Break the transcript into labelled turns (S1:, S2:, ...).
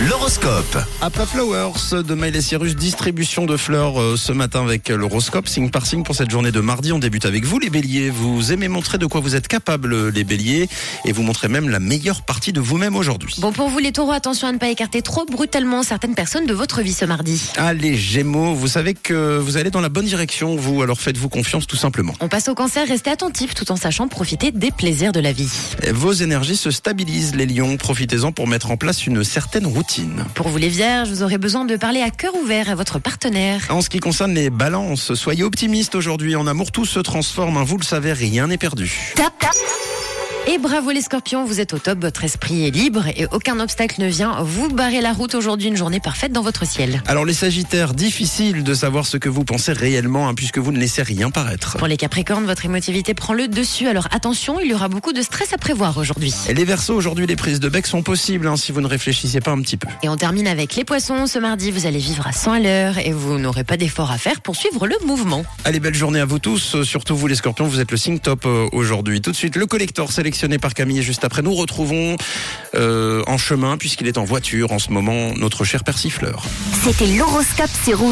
S1: L'horoscope.
S2: Appa Flowers de Mail et Cyrus, distribution de fleurs euh, ce matin avec l'horoscope, signe par signe pour cette journée de mardi. On débute avec vous les béliers. Vous aimez montrer de quoi vous êtes capable les béliers et vous montrez même la meilleure partie de vous-même aujourd'hui.
S3: Bon, pour vous les taureaux, attention à ne pas écarter trop brutalement certaines personnes de votre vie ce mardi.
S2: Ah les gémeaux, vous savez que vous allez dans la bonne direction vous, alors faites-vous confiance tout simplement.
S3: On passe au cancer, restez attentifs tout en sachant profiter des plaisirs de la vie.
S2: Et Vos énergies se stabilisent les lions, profitez-en pour mettre en place une certaine routine.
S3: Pour vous les vierges, vous aurez besoin de parler à cœur ouvert à votre partenaire.
S2: En ce qui concerne les balances, soyez optimistes aujourd'hui. En amour, tout se transforme. hein. Vous le savez, rien n'est perdu.
S3: Tap, tap. Et bravo les scorpions, vous êtes au top, votre esprit est libre et aucun obstacle ne vient vous barrer la route aujourd'hui, une journée parfaite dans votre ciel.
S2: Alors les Sagittaires, difficile de savoir ce que vous pensez réellement hein, puisque vous ne laissez rien paraître.
S3: Pour les capricornes, votre émotivité prend le dessus, alors attention, il y aura beaucoup de stress à prévoir aujourd'hui.
S2: Et les Verseaux, aujourd'hui les prises de bec sont possibles hein, si vous ne réfléchissez pas un petit peu.
S3: Et on termine avec les poissons, ce mardi vous allez vivre à 100 à l'heure et vous n'aurez pas d'effort à faire pour suivre le mouvement.
S2: Allez, belle journée à vous tous, Euh, surtout vous les Scorpions, vous êtes le signe top euh, aujourd'hui. Tout de suite, le collector sélectionné par Camille Et juste après nous retrouvons euh, en chemin puisqu'il est en voiture en ce moment notre cher persifleur.
S4: C'était l'horoscope sur Rouge.